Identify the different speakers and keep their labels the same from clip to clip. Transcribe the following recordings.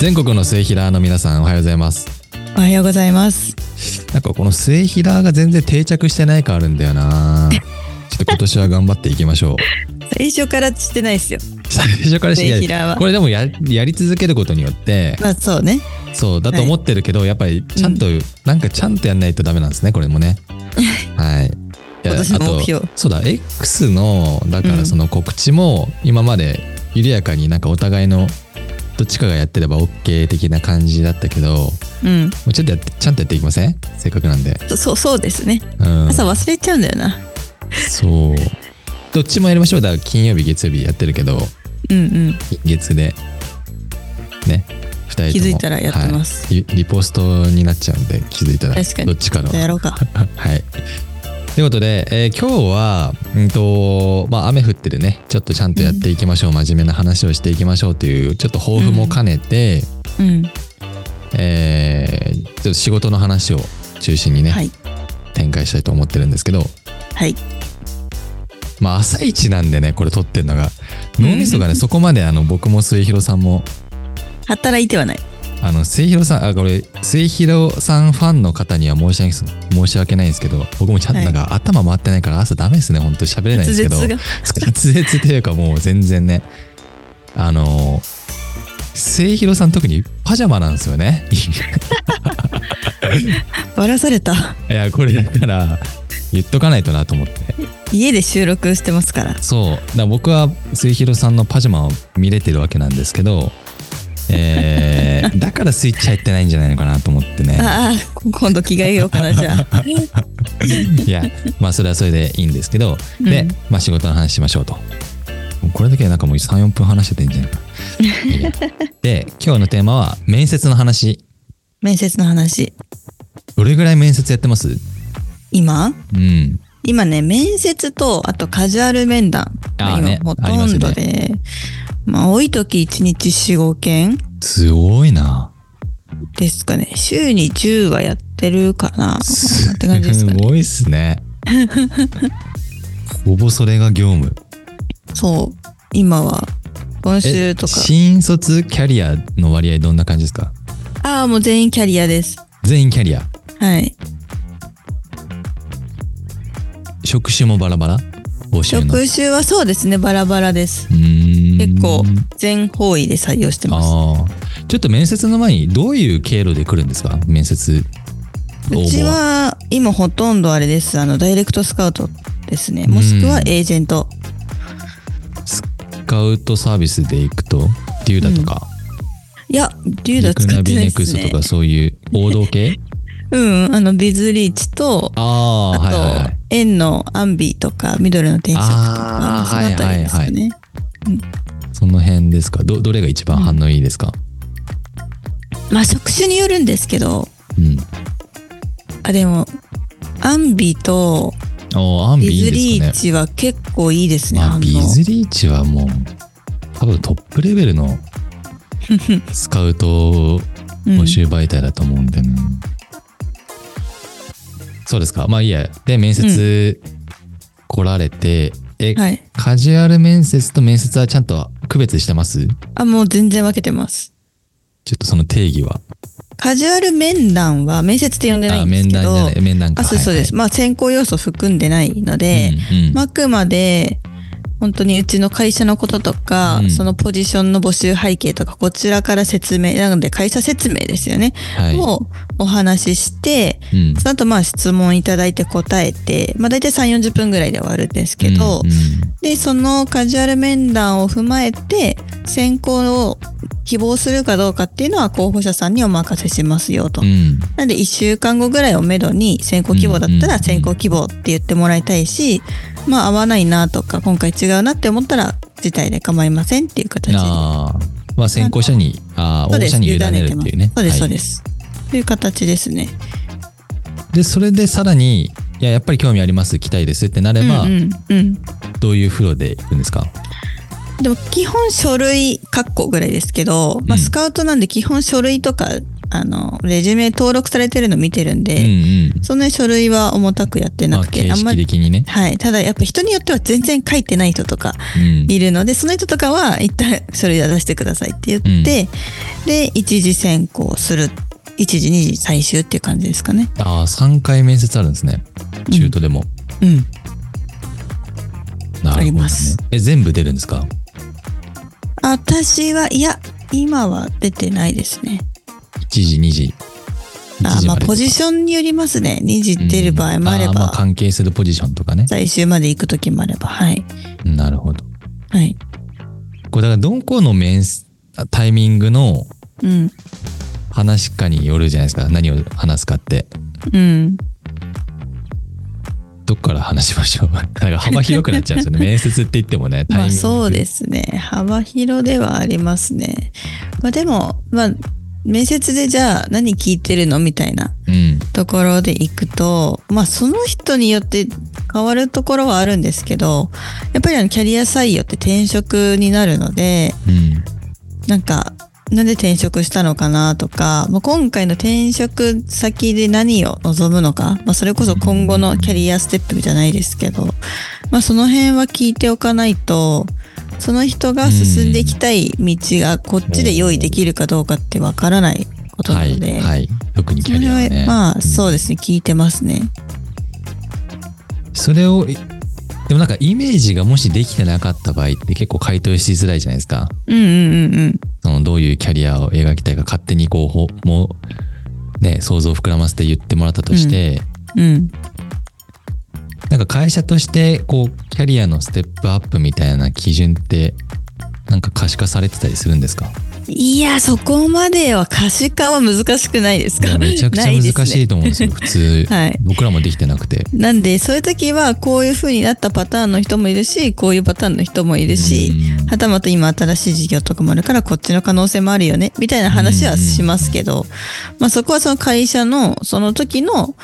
Speaker 1: 全国の末平の皆さんおはようございます
Speaker 2: おはようございます。
Speaker 1: なんかこの末平が全然定着してない感あるんだよ なちょっと今年は頑張っていきましょう
Speaker 2: 最初からしてないですよ。
Speaker 1: 最初からして
Speaker 2: 末
Speaker 1: やる
Speaker 2: 平は
Speaker 1: こ。れでもややり続けることによって
Speaker 2: まあそうね。
Speaker 1: そうだと思ってるけど、やっぱりちゃんと、なんかちゃんとやんないとダメなんですねこれも ねはいいや
Speaker 2: 私の目標
Speaker 1: あとそうだ X のだか
Speaker 2: う
Speaker 1: ら
Speaker 2: ん
Speaker 1: その告知も今まで緩やかになんかお互いのどっちかがやってれば OK 的な感じだったけども
Speaker 2: うん。
Speaker 1: うちょっとやってちゃんとやっていきませんせっかくなんで、
Speaker 2: そそうそうですね。
Speaker 1: うん、
Speaker 2: 朝忘れちゃうんだよな。
Speaker 1: そうどっちもやりましょうだから金曜日月曜日やってるけど
Speaker 2: うんうん。
Speaker 1: 月でね2人とも
Speaker 2: 気づいたらやってます
Speaker 1: はいリリポストになっちゃうんで気づいたら
Speaker 2: 確かに
Speaker 1: どっちかの
Speaker 2: じゃあやろうか。
Speaker 1: はい。ということで、えー今日は、うんと、まあ、雨降ってるね、ちょっとちゃんとやっていきましょう、真面目な話をしていきましょうという、ちょっと抱負も兼ねて、
Speaker 2: うん。
Speaker 1: えーちょっと仕事の話を中心にね、
Speaker 2: はい
Speaker 1: 展開したいと思ってるんですけど、
Speaker 2: はい。
Speaker 1: まあ、朝一なんでね、これ撮ってるのが、
Speaker 2: うん
Speaker 1: 脳みそがね、そこまで、あの、僕も末広さんも、
Speaker 2: 働いてはない。
Speaker 1: あの、末広さん、あ、これ、末広さんファンの方には申し訳ないです申し訳ないんですけど、僕もちゃんとなんか、頭回ってないから朝ダメですね、本当に喋れないんですけど。
Speaker 2: 舌が。
Speaker 1: 滑舌というかもう全然ねあの末広さん特にパジャマなんですよね
Speaker 2: ばらされた。
Speaker 1: いやこれだから言っとかないとなと思って
Speaker 2: 家で収録してますから。
Speaker 1: そうだから僕は末広さんのパジャマを見れてるわけなんですけどえ ーだからスイッチ入ってないんじゃないのかなと思ってね
Speaker 2: ああ、今度着替えようかな、じゃあ。
Speaker 1: いやまあそれはそれでいいんですけど、
Speaker 2: う
Speaker 1: で
Speaker 2: ん、
Speaker 1: まあ、仕事の話しましょうともうこれだけでなんかもう34分話してていいんじゃないかな いやで今日のテーマは面接の話
Speaker 2: 面接の話。
Speaker 1: どれぐらい面接やってます
Speaker 2: 今
Speaker 1: うん。
Speaker 2: 今ね、面接と、あとカジュアル面談。
Speaker 1: あー
Speaker 2: 今
Speaker 1: ね
Speaker 2: ほ
Speaker 1: ありま
Speaker 2: と
Speaker 1: す
Speaker 2: ん
Speaker 1: よ
Speaker 2: ど
Speaker 1: ね
Speaker 2: で、まあ多い時1日4、5件
Speaker 1: すごいな。
Speaker 2: ですかね。週に10はやってるかな。って感じですかね。
Speaker 1: ごいっす ね。ほぼそれが業務。
Speaker 2: そう。今は、今
Speaker 1: え
Speaker 2: 週とか。
Speaker 1: 新卒キャリアの割合どんな感じですか
Speaker 2: ああ、もう全員キャリアです。
Speaker 1: 全員キャリア。
Speaker 2: はい。
Speaker 1: 職種もバラバラ募集の。
Speaker 2: 職種はそうですね、バラバラです。
Speaker 1: 結
Speaker 2: 結構、全方位で採用してます。
Speaker 1: ああ。ちょっと面接の前にどういう経路で来るんですか面接応募
Speaker 2: うちは、今ほとんどあれです。あの、ダイレクトスカウトですね。もしくは
Speaker 1: うん
Speaker 2: エージェント。
Speaker 1: スカウトサービスで行くとデューダとか、
Speaker 2: いや、
Speaker 1: リ
Speaker 2: リューダ
Speaker 1: ク
Speaker 2: 使
Speaker 1: ナ
Speaker 2: って
Speaker 1: ビ
Speaker 2: ない
Speaker 1: ネ
Speaker 2: で
Speaker 1: ク
Speaker 2: す
Speaker 1: ス
Speaker 2: ね
Speaker 1: と。かそういう王道 系
Speaker 2: うん、あの、ビズリーチと、
Speaker 1: ああ、はいはいはい
Speaker 2: あと。、円のアンビとか、緑の転職と
Speaker 1: あ
Speaker 2: か、
Speaker 1: ー
Speaker 2: そのあたりですか
Speaker 1: はい
Speaker 2: ね。
Speaker 1: その辺ですかどどれが一番反応いいですか、
Speaker 2: まあ、職種によるんですけど、
Speaker 1: うん、
Speaker 2: あ、でも、アンビと、
Speaker 1: おーアンビ
Speaker 2: ビズ
Speaker 1: いい
Speaker 2: リ
Speaker 1: ん
Speaker 2: ー
Speaker 1: です
Speaker 2: チは結構いいです
Speaker 1: か
Speaker 2: ね。
Speaker 1: ねあ
Speaker 2: 反応
Speaker 1: ビズリーチはもう多分トップレベル のスカウト
Speaker 2: うん
Speaker 1: 募集媒体だと思うんで、ねそうですかまあいいやで面接来られて、え、
Speaker 2: はい。
Speaker 1: カジュアル面接と面接はちゃんと区別してます
Speaker 2: あ、もう全然分けてます。
Speaker 1: ちょっとその定義は
Speaker 2: カジュアル面談は面接って呼んでない
Speaker 1: あ
Speaker 2: んです
Speaker 1: 面
Speaker 2: け
Speaker 1: 談じ
Speaker 2: ど、
Speaker 1: ゃない面談か
Speaker 2: あ、そうそうです。、まあ選考要素含んでない
Speaker 1: はい
Speaker 2: の
Speaker 1: は
Speaker 2: で
Speaker 1: い、うんうん
Speaker 2: まああくまで、本当にうちの会社のこととか、
Speaker 1: うん
Speaker 2: そのポジションの募集背景とか、こちらから説明、なので会社説明ですよね。
Speaker 1: はい
Speaker 2: をお話しして、
Speaker 1: うん
Speaker 2: その後まあ質問いただいて答えて、まあ大体3、40分ぐらいで終わるんですけど、
Speaker 1: うんうん
Speaker 2: で、そのカジュアル面談を踏まえて、選考を希望するかどうかっていうのは候補者さんにお任せしますよと。
Speaker 1: うん
Speaker 2: なんで、1週間後ぐらいをめどに選考希望だった
Speaker 1: うんうんうん
Speaker 2: ら選考希望って言ってもらいたいし、まあ、合わないなとか、今回違うなって思ったら、辞退で構いませんっていう形で。
Speaker 1: ああ、まあ先行者に、ああ、
Speaker 2: そう
Speaker 1: 応募
Speaker 2: で
Speaker 1: 者
Speaker 2: す。
Speaker 1: に委ねるっていうね。。
Speaker 2: そうです、そうですす。という形ですね。
Speaker 1: で、それでさらに、いや、やっぱり興味あります、来たいですってなれば、
Speaker 2: うんうん、うん。
Speaker 1: どういう風呂で行くんですか
Speaker 2: でも基本書類括弧ぐらいですけど、ま
Speaker 1: うん
Speaker 2: あ、スカウトなんで基本書類とかあの、レジュメ登録されてるの見てるん
Speaker 1: うん
Speaker 2: で、
Speaker 1: うん
Speaker 2: そんなに書類は重たくやって
Speaker 1: ま
Speaker 2: な
Speaker 1: あ
Speaker 2: くて、
Speaker 1: 形
Speaker 2: んま
Speaker 1: 式
Speaker 2: り。
Speaker 1: 的にね、
Speaker 2: はい。ただ、やっぱ人によっては全然書いてない人とか
Speaker 1: うん、
Speaker 2: いるので、その人とかは、一旦書類は出してくださいって言って、で、一時選考する。一時、二時最終っていう感じですかね。
Speaker 1: ああ3回面接あるんですね中途でも、
Speaker 2: う
Speaker 1: な
Speaker 2: ん。
Speaker 1: るほど、ね、
Speaker 2: あります
Speaker 1: え全部出るんですか
Speaker 2: 私は、いや、今は出てないですね。
Speaker 1: 1時2時
Speaker 2: あ
Speaker 1: 1時
Speaker 2: まあ、
Speaker 1: で
Speaker 2: ポジションによりますね。2時出る場合もあれ
Speaker 1: うんーまあ
Speaker 2: ば、
Speaker 1: 関係するポジションとかね
Speaker 2: 最終まで行く時もあれば、はい。
Speaker 1: なるほど
Speaker 2: はい。
Speaker 1: これだからどこの面接あタイミングの
Speaker 2: うん。
Speaker 1: 話しかによるじゃないですか何を話すかって
Speaker 2: うん。
Speaker 1: どっから話しましょう なんか幅広くなっちゃうんですよね面接って言ってもねタイミ
Speaker 2: ま
Speaker 1: ン
Speaker 2: あ
Speaker 1: グ
Speaker 2: そうですすね。幅広ではありますね。まあでも、まあ、面接でじゃあ何聞いてるのみたいな
Speaker 1: うん
Speaker 2: ところで行くと、まあその人によって変わるところはあるんですけど、やっぱりあのキャリア採用って転職になるので、
Speaker 1: うん
Speaker 2: なんか、なんで転職したのかなとか、まあ、今回の転職先で何を望むのか、まあ、それこそ今後のキャリアステップじゃないですけど、まあ、その辺は聞いておかないと、その人が進んでいきたい道がこっちで用意できるかどうかってわからないこと
Speaker 1: は
Speaker 2: なの
Speaker 1: い
Speaker 2: で、
Speaker 1: はい特に
Speaker 2: そ
Speaker 1: キャリ
Speaker 2: れ
Speaker 1: アは
Speaker 2: は、
Speaker 1: ね
Speaker 2: ま
Speaker 1: う
Speaker 2: あ
Speaker 1: ん
Speaker 2: そうですね、聞いてますね。
Speaker 1: それをいでもなんかイメージがもしできてなかった場合って結構回答しづらいじゃないですか
Speaker 2: うんうんうんうん。
Speaker 1: そのどういうキャリアを描きたいか勝手にこうほもうね想像を膨らませて言ってもらったとして、
Speaker 2: うん。
Speaker 1: なんか会社としてこうキャリアのステップアップみたいな基準ってなんか可視化されてたりするん ですか
Speaker 2: いや、そこまでは可視化は難しくないです
Speaker 1: い
Speaker 2: か
Speaker 1: やめちゃくちゃ難し
Speaker 2: ないですね
Speaker 1: いと思うんですよ普通、
Speaker 2: はい
Speaker 1: 僕らもできてなくて
Speaker 2: なんで、そういう時は、こういう風になったパターンの人もいるし、こういうパターンの人もいるし、
Speaker 1: うん
Speaker 2: はたまた今新しい事業とかもあるから、こっちの可能性もあるよね、みたいな話はしますけど、まあそこはその会社の、その時の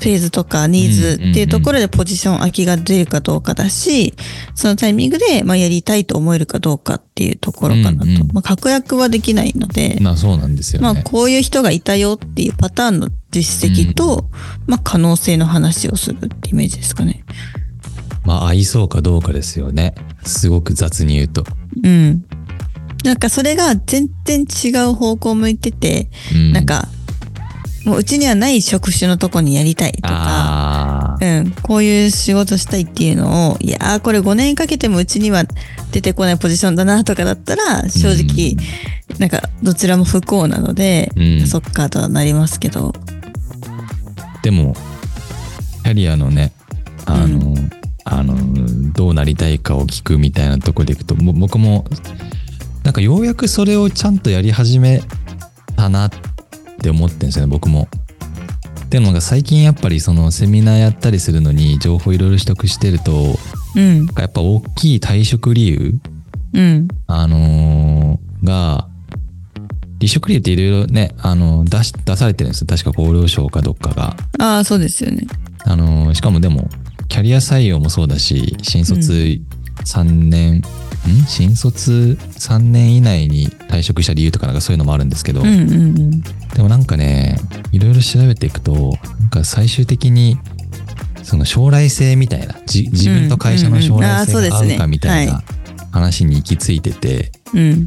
Speaker 2: フェーズとかニーズっていうところでポジション空きが出るかどうかだし、そのタイミングで、まあやりたいと思えるかどうかっていうところかなと。
Speaker 1: うんうん
Speaker 2: まあ確約はできないので、
Speaker 1: まあそうなんですよ
Speaker 2: まあ、
Speaker 1: ね、
Speaker 2: こういう人がいたよっていうパターンの実績と、まあ、可能性の話をするってイメージですかね。
Speaker 1: まあ合いそうかどうかですよねすごく雑に言うと、
Speaker 2: うん。なんか、それが全然違う方向向いてて、
Speaker 1: う
Speaker 2: なんか、もううちにはない職種のとこにやりたいとか、
Speaker 1: ああ
Speaker 2: うん、こういう仕事したいっていうのを、いやー、これ5年かけてもうちには出てこないポジションだなとかだったら、正直、なんか、どちらも不幸なので、
Speaker 1: うん
Speaker 2: そっかとはなりますけど、
Speaker 1: でもキャリアのねあの、あのどうなりたいかを聞くみたいなところでいくとも僕もなんかようやくそれをちゃんとやり始めたなって思ってるんですよね僕も。でもなんか最近やっぱりそのセミナーやったりするのに情報いろいろ取得してると
Speaker 2: うん、
Speaker 1: やっぱ大きい退職理由
Speaker 2: うん、
Speaker 1: あのーが、離職理由っていろいろね、あの出し、出されてるんですよ。確か厚労省かどっかが。
Speaker 2: ああ、そうですよね。
Speaker 1: あのーしかもでも、キャリア採用もそうだし、新卒3年、ん新卒3年以内に退職した理由とかなんかそういうのもあるんですけど、
Speaker 2: うんうんうん。
Speaker 1: でもなんかね、いろいろ調べていくと、なんか最終的に、その将来性みたいな、じ自分と会社の将来
Speaker 2: うんうんうんあーそ
Speaker 1: 性
Speaker 2: うで
Speaker 1: が
Speaker 2: すね
Speaker 1: 合うかみたい
Speaker 2: は
Speaker 1: な話に行き着いてて、
Speaker 2: うん。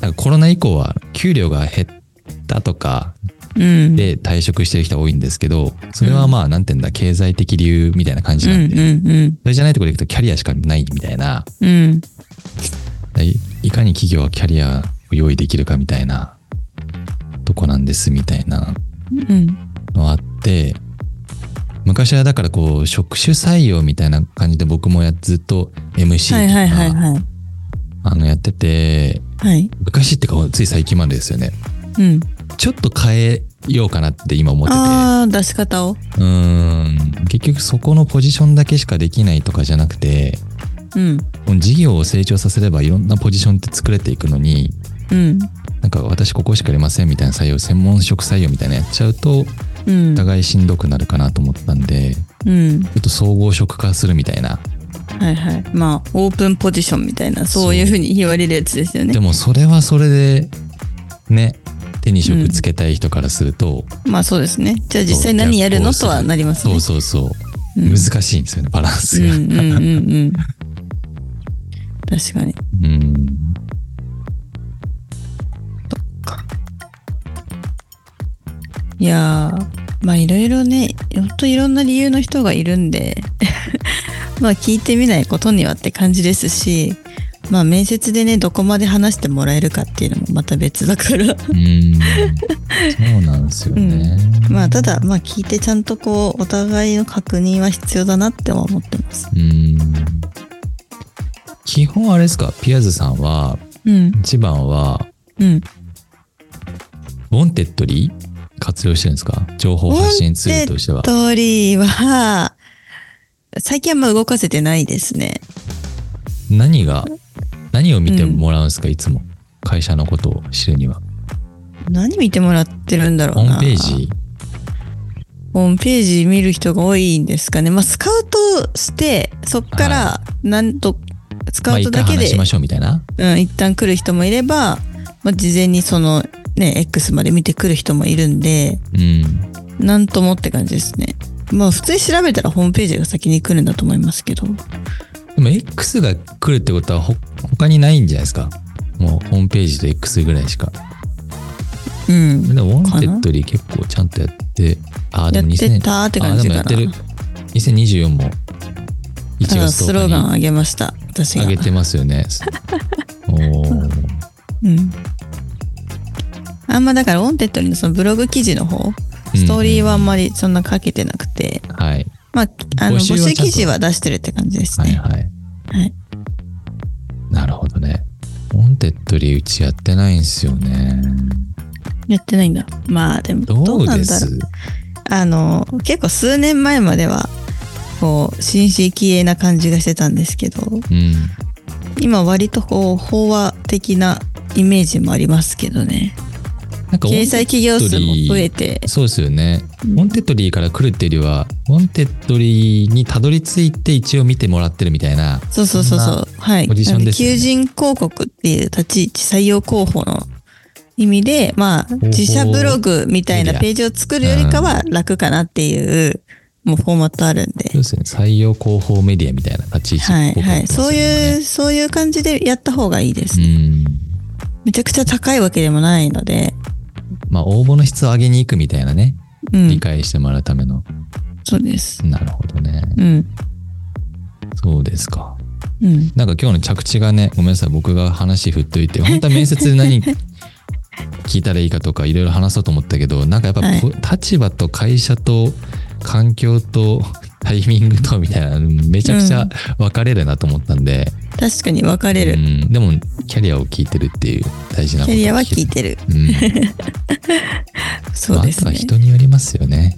Speaker 1: なんかコロナ以降は給料が減ったとか
Speaker 2: うん。
Speaker 1: で退職してる人が多いんですけど、それはまあ、なんていうんだ、経済的理由みたいな感じ
Speaker 2: うん
Speaker 1: なん
Speaker 2: う
Speaker 1: で、
Speaker 2: ん
Speaker 1: それじゃないところでいくとキャリアしかないみたいな、
Speaker 2: うん。うん。
Speaker 1: いいかに企業はキャリアを用意できるかみたいなとこなんですみたいな
Speaker 2: うん。
Speaker 1: のあって、昔はだからこう、職種採用みたいな感じで僕もやずっと MC
Speaker 2: はいはいはい
Speaker 1: とか、
Speaker 2: はい。
Speaker 1: あのやってて、
Speaker 2: はい。
Speaker 1: 昔ってかつい最近までですよね。
Speaker 2: うん。
Speaker 1: ちょっと変えようかなって今思ってて。
Speaker 2: ああ、出し方を。
Speaker 1: うーん結局そこのポジションだけしかできないとかじゃなくて
Speaker 2: うん。
Speaker 1: もう事業を成長させればいろんなポジションって作れていくのに
Speaker 2: うん。
Speaker 1: なんか私ここしかやりませんみたいな採用専門職採用みたいなやっちゃうと
Speaker 2: うん
Speaker 1: お。互いしんどくなるかなと思ったんでち
Speaker 2: うん。
Speaker 1: ょっと総合職化するみたいな
Speaker 2: はいはい。まあ、オープンポジションみたいな、そういうふうに言われるやつですよね
Speaker 1: で。もそれはそれでね手に職つけたい人からすると、
Speaker 2: まあそうですね。じゃあ実際何やるのとはなります
Speaker 1: そ
Speaker 2: ね
Speaker 1: う。そうそう、
Speaker 2: うん
Speaker 1: 難しいんですよねバランス
Speaker 2: う
Speaker 1: が。
Speaker 2: んうんうんうん。確かに。
Speaker 1: うん
Speaker 2: いやー、まあいろいろね、ほんといろんな理由の人がいるんで、 まあ聞いてみないことにはって感じですし、まあ面接でね、どこまで話してもらえるかっていうのもまた別だから。
Speaker 1: うん、そうなんですよね。
Speaker 2: まあただ、まあ聞いてちゃんとこう、お互いの確認は必要だなっては思ってます。
Speaker 1: うん基本あれですかピアーズさんは
Speaker 2: うん、
Speaker 1: 一番は
Speaker 2: うん。
Speaker 1: ウォンテッドリー活用してるんですか情報発信ツールとしては。
Speaker 2: トリーは、最近はまあ動かせてないですね。
Speaker 1: 何が何を見てもらうんですか、いつも会社のことを知るには。
Speaker 2: 何見てもらってるんだろ
Speaker 1: ホ
Speaker 2: う
Speaker 1: ー
Speaker 2: な。
Speaker 1: ムページ
Speaker 2: ホームページ見る人が多いんですかね。まあ、スカウトして、そっから、なんと、スカ
Speaker 1: まあ
Speaker 2: ウト
Speaker 1: 一
Speaker 2: だ
Speaker 1: 旦
Speaker 2: け
Speaker 1: 話
Speaker 2: で、
Speaker 1: しましょうみたいな。
Speaker 2: うん、一旦来る人もいれば、まあ、事前にその、ね、X まで見てくる人もいるんで、
Speaker 1: うん。
Speaker 2: なんともって感じですね。まあ、普通に調べたらホームページが先に来るんだと思いますけど。
Speaker 1: でも X が来るってことはほ他にないんじゃないですかもうホームページと X ぐらいしか。
Speaker 2: うん。
Speaker 1: でもウォンテッドリー結構ちゃんとやって、あーで
Speaker 2: やっ
Speaker 1: も
Speaker 2: て
Speaker 1: 2000
Speaker 2: たって
Speaker 1: あー
Speaker 2: 感じ
Speaker 1: でも
Speaker 2: か
Speaker 1: や
Speaker 2: な。
Speaker 1: ってる。2024も1
Speaker 2: ただ
Speaker 1: 月
Speaker 2: スローガン
Speaker 1: 10
Speaker 2: あげました。私
Speaker 1: 日に
Speaker 2: が。
Speaker 1: 上げてますよ ね。おー
Speaker 2: うん。あんまだから、オンテッドリーのそのブログ記事の方、ストーリーはあんまりそんな書けてなくて、
Speaker 1: うんはい。
Speaker 2: まあ、あの、
Speaker 1: 募集
Speaker 2: 募
Speaker 1: はちゃんと
Speaker 2: 集記事は出してるって感じです
Speaker 1: はい
Speaker 2: ね。
Speaker 1: はい。
Speaker 2: はい。
Speaker 1: なるほどね。ウォンテッドリーうちやってないんすよね。
Speaker 2: やってないんだ。まあ、でも、ど
Speaker 1: ど
Speaker 2: う
Speaker 1: う
Speaker 2: なん
Speaker 1: で
Speaker 2: だろう。
Speaker 1: す
Speaker 2: あの、結構数年前までは、こう、紳士気鋭な感じがしてたんですけど、
Speaker 1: うん。
Speaker 2: 今割とこう、飽和的なイメージもありますけどね。
Speaker 1: なんか
Speaker 2: 掲載企業数も増えて、
Speaker 1: そうですよね。
Speaker 2: うん
Speaker 1: ウォンテッドリーから来るっていうよりは、ウォンテッドリーにたどり着いて一応見てもらってるみたいな。
Speaker 2: そうそうそうそう。はい。
Speaker 1: ポジションですよね
Speaker 2: 求人広告っていう立ち位置採用候補の意味で、まあ、
Speaker 1: 報
Speaker 2: 自社ブログみた
Speaker 1: メ
Speaker 2: い
Speaker 1: ディ
Speaker 2: な
Speaker 1: ア
Speaker 2: ページを作るよりかは楽かなっていう、もうフォーマットあるん
Speaker 1: そう
Speaker 2: で。
Speaker 1: ですよね。採用広報メディアみたいな立ち位置
Speaker 2: はい
Speaker 1: っぽく
Speaker 2: は
Speaker 1: なってま
Speaker 2: い。
Speaker 1: すよ
Speaker 2: そう
Speaker 1: ね
Speaker 2: いう、そういう感じでやった方がいいです。
Speaker 1: うん。
Speaker 2: めちゃくちゃ高いわけでもないので、
Speaker 1: まあ、応募の質を上げに行くみたいなね。
Speaker 2: う
Speaker 1: 理
Speaker 2: ん。
Speaker 1: 解してもらうための。
Speaker 2: そうです。
Speaker 1: なるほどね。
Speaker 2: うん。
Speaker 1: そうですか。
Speaker 2: うん。
Speaker 1: なんか今日の着地がね、ごめんなさい、僕が話振っといて、本当は面接で 何聞いたらいいかとかいろいろ話そうと思ったけど、なんかやっぱ、
Speaker 2: はい
Speaker 1: こ立場と会社と環境とタイミングとみたいな、めちゃくちゃ分かれるなと思ったんで、
Speaker 2: 確かに分かれ
Speaker 1: う
Speaker 2: る。
Speaker 1: んでもキャリアを聞いてるっていう大事なことを
Speaker 2: キャリアは聞
Speaker 1: 聞
Speaker 2: い
Speaker 1: いて
Speaker 2: てる。
Speaker 1: る。うん
Speaker 2: そうです
Speaker 1: まああとは
Speaker 2: ね。
Speaker 1: 人によりますよね。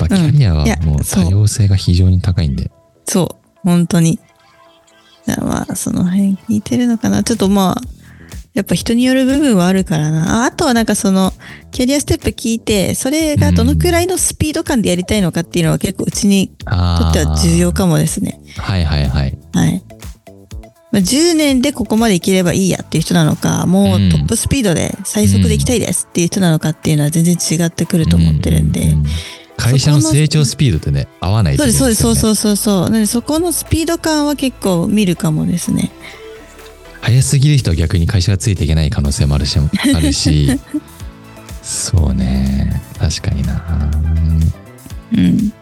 Speaker 1: やっぱキャリアは
Speaker 2: うんいや
Speaker 1: もう
Speaker 2: そう
Speaker 1: 多様性が非常に高いんで。
Speaker 2: そう、本当に。だからまあ、その辺聞いてるのかな。ちょっとまあ、やっぱ人による部分はあるからな。ああとはなんかその、キャリアステップ聞いて、それがどのくらいのスピード感でやりたいのかっていうのは結構うちにと
Speaker 1: あ
Speaker 2: っ
Speaker 1: あ。
Speaker 2: ては重要かもですね。
Speaker 1: はいはいはい。
Speaker 2: はい。まあ、10年でここまでいければいいやっていう人なのか、もううんトップスピードで最速でいきたいですっていう人なのかっていうのは全然違ってくると思ってるんで。
Speaker 1: ううう会社の成長スピードってね合わない
Speaker 2: そうです、そうです、そう
Speaker 1: う
Speaker 2: そうそうそう。なのでそこのスピード感は結構見るかもですね。
Speaker 1: 早すぎる人は逆に会社がついていけない可能性もある しあるしそうね確かにな
Speaker 2: うん。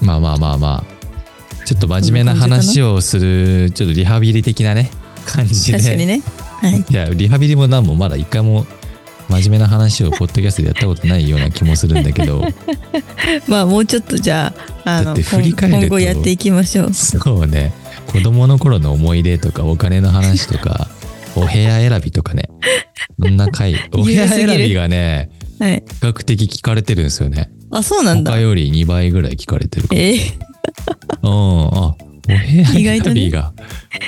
Speaker 1: まあまあまあまあちょっと真面目な話をするちょっとリハビリ的なね感じで
Speaker 2: 確かにね。はい。
Speaker 1: いやリハビリも何もまだ一回も真面目な話をポッドキャストでやったことないような気もするんだけ ど
Speaker 2: まあもうちょっとじゃあ、あ
Speaker 1: だっ
Speaker 2: の、
Speaker 1: て振り返
Speaker 2: 今
Speaker 1: ると
Speaker 2: 今後やっていきましょう。
Speaker 1: そうね子供の頃の思い出とかお金の話とかお部屋選びとかねそんな 回お部屋選びがね
Speaker 2: はい。
Speaker 1: 比較的聞かれてるんですよね
Speaker 2: あ、そうなんだ
Speaker 1: 他。より2倍ぐらい聞かれてるから
Speaker 2: ええ
Speaker 1: うんあお部屋
Speaker 2: 意外と
Speaker 1: 選
Speaker 2: ね
Speaker 1: びが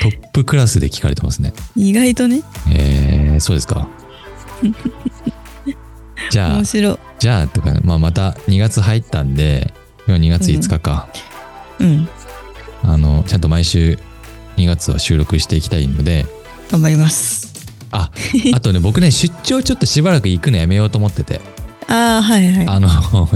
Speaker 1: トップクラスで聞かれてますね
Speaker 2: 意外とね、
Speaker 1: えー、そうです かじゃあ
Speaker 2: 面白い。
Speaker 1: じゃあとか、まあ、また2月入ったんで今2月5日か、
Speaker 2: うん。
Speaker 1: あのちゃんと毎週2月は収録していきたいので
Speaker 2: 頑張ります。
Speaker 1: ああとね僕ね出張ちょっとしばらく行くのやめようと思ってて
Speaker 2: ああ、はいはい。
Speaker 1: あの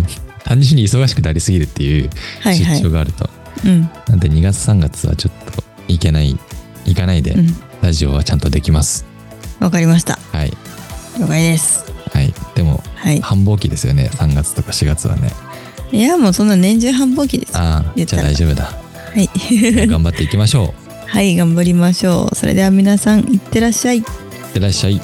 Speaker 1: 単純に忙しくなりすぎるっていう
Speaker 2: はいは
Speaker 1: 出
Speaker 2: い
Speaker 1: 張。があると、
Speaker 2: うん。
Speaker 1: なんで2月3月はちょっと行けない行かないで、
Speaker 2: うん。
Speaker 1: ラジオはちゃんとできます
Speaker 2: わかりました。
Speaker 1: はい
Speaker 2: 了解です。
Speaker 1: はいでも
Speaker 2: はい。
Speaker 1: 繁忙期ですよね3月とか4月はね
Speaker 2: いや、もうそんな年中繁忙期です。は
Speaker 1: ああ
Speaker 2: 言っ
Speaker 1: じ
Speaker 2: た
Speaker 1: ゃあ
Speaker 2: ら
Speaker 1: 大丈夫だ
Speaker 2: い。
Speaker 1: 頑張っていきましょ
Speaker 2: はい、頑張りましょう。それでは皆さん、いってらっしゃ
Speaker 1: う
Speaker 2: い。
Speaker 1: いってらっしゃい